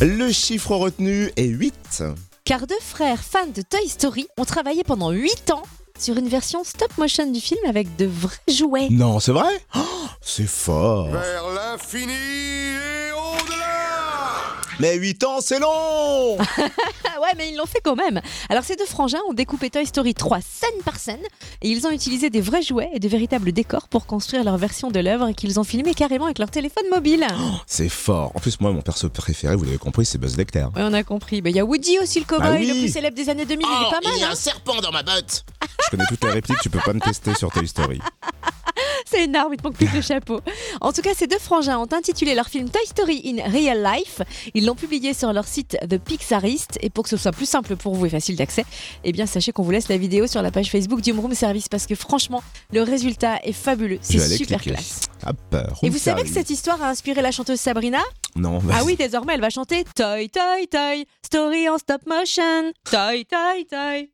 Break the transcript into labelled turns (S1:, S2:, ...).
S1: Le chiffre retenu est 8.
S2: Car deux frères fans de Toy Story ont travaillé pendant 8 ans sur une version stop motion du film avec de vrais jouets.
S1: Non, c'est vrai Oh, C'est fort.
S3: Vers l'infini et au-delà
S1: Mais 8 ans, c'est long
S2: Ah ouais, mais ils l'ont fait quand même. Alors ces deux frangins ont découpé Toy Story 3 scène par scène et ils ont utilisé des vrais jouets et de véritables décors pour construire leur version de l'œuvre qu'ils ont filmé carrément avec leur téléphone mobile.
S1: C'est fort. En plus, moi, mon perso préféré, vous l'avez compris, c'est Buzz Lecter.
S2: Ouais, on a compris. Bah, Il y a Woody aussi, le cowboy,
S1: Bah oui. Oh,
S2: le plus célèbre des années 2000,
S3: Oh,
S2: il est pas mal. hein.
S3: serpent dans ma botte
S1: Je connais toutes les répliques, tu peux pas me tester sur Toy Story.
S2: C'est énorme, il te manque plus que le chapeau. En tout cas, ces deux frangins ont intitulé leur film Toy Story in Real Life. Ils l'ont publié sur leur site The Pixarist. Et pour que ce soit plus simple pour vous et facile d'accès, eh bien, sachez qu'on vous laisse la vidéo sur la page Facebook du Room Service parce que franchement, le résultat est fabuleux.
S1: Je
S2: C'est
S1: vais aller
S2: super
S1: cliquer.
S2: classe.
S1: Hop,
S2: Et
S1: room
S2: vous savez que
S1: service.
S2: cette histoire a inspiré la chanteuse Sabrina
S1: Non,
S2: Ah
S1: vas-y.
S2: oui, désormais, elle va chanter Toy Toy Toy, story en stop motion, Toy Toy Toy.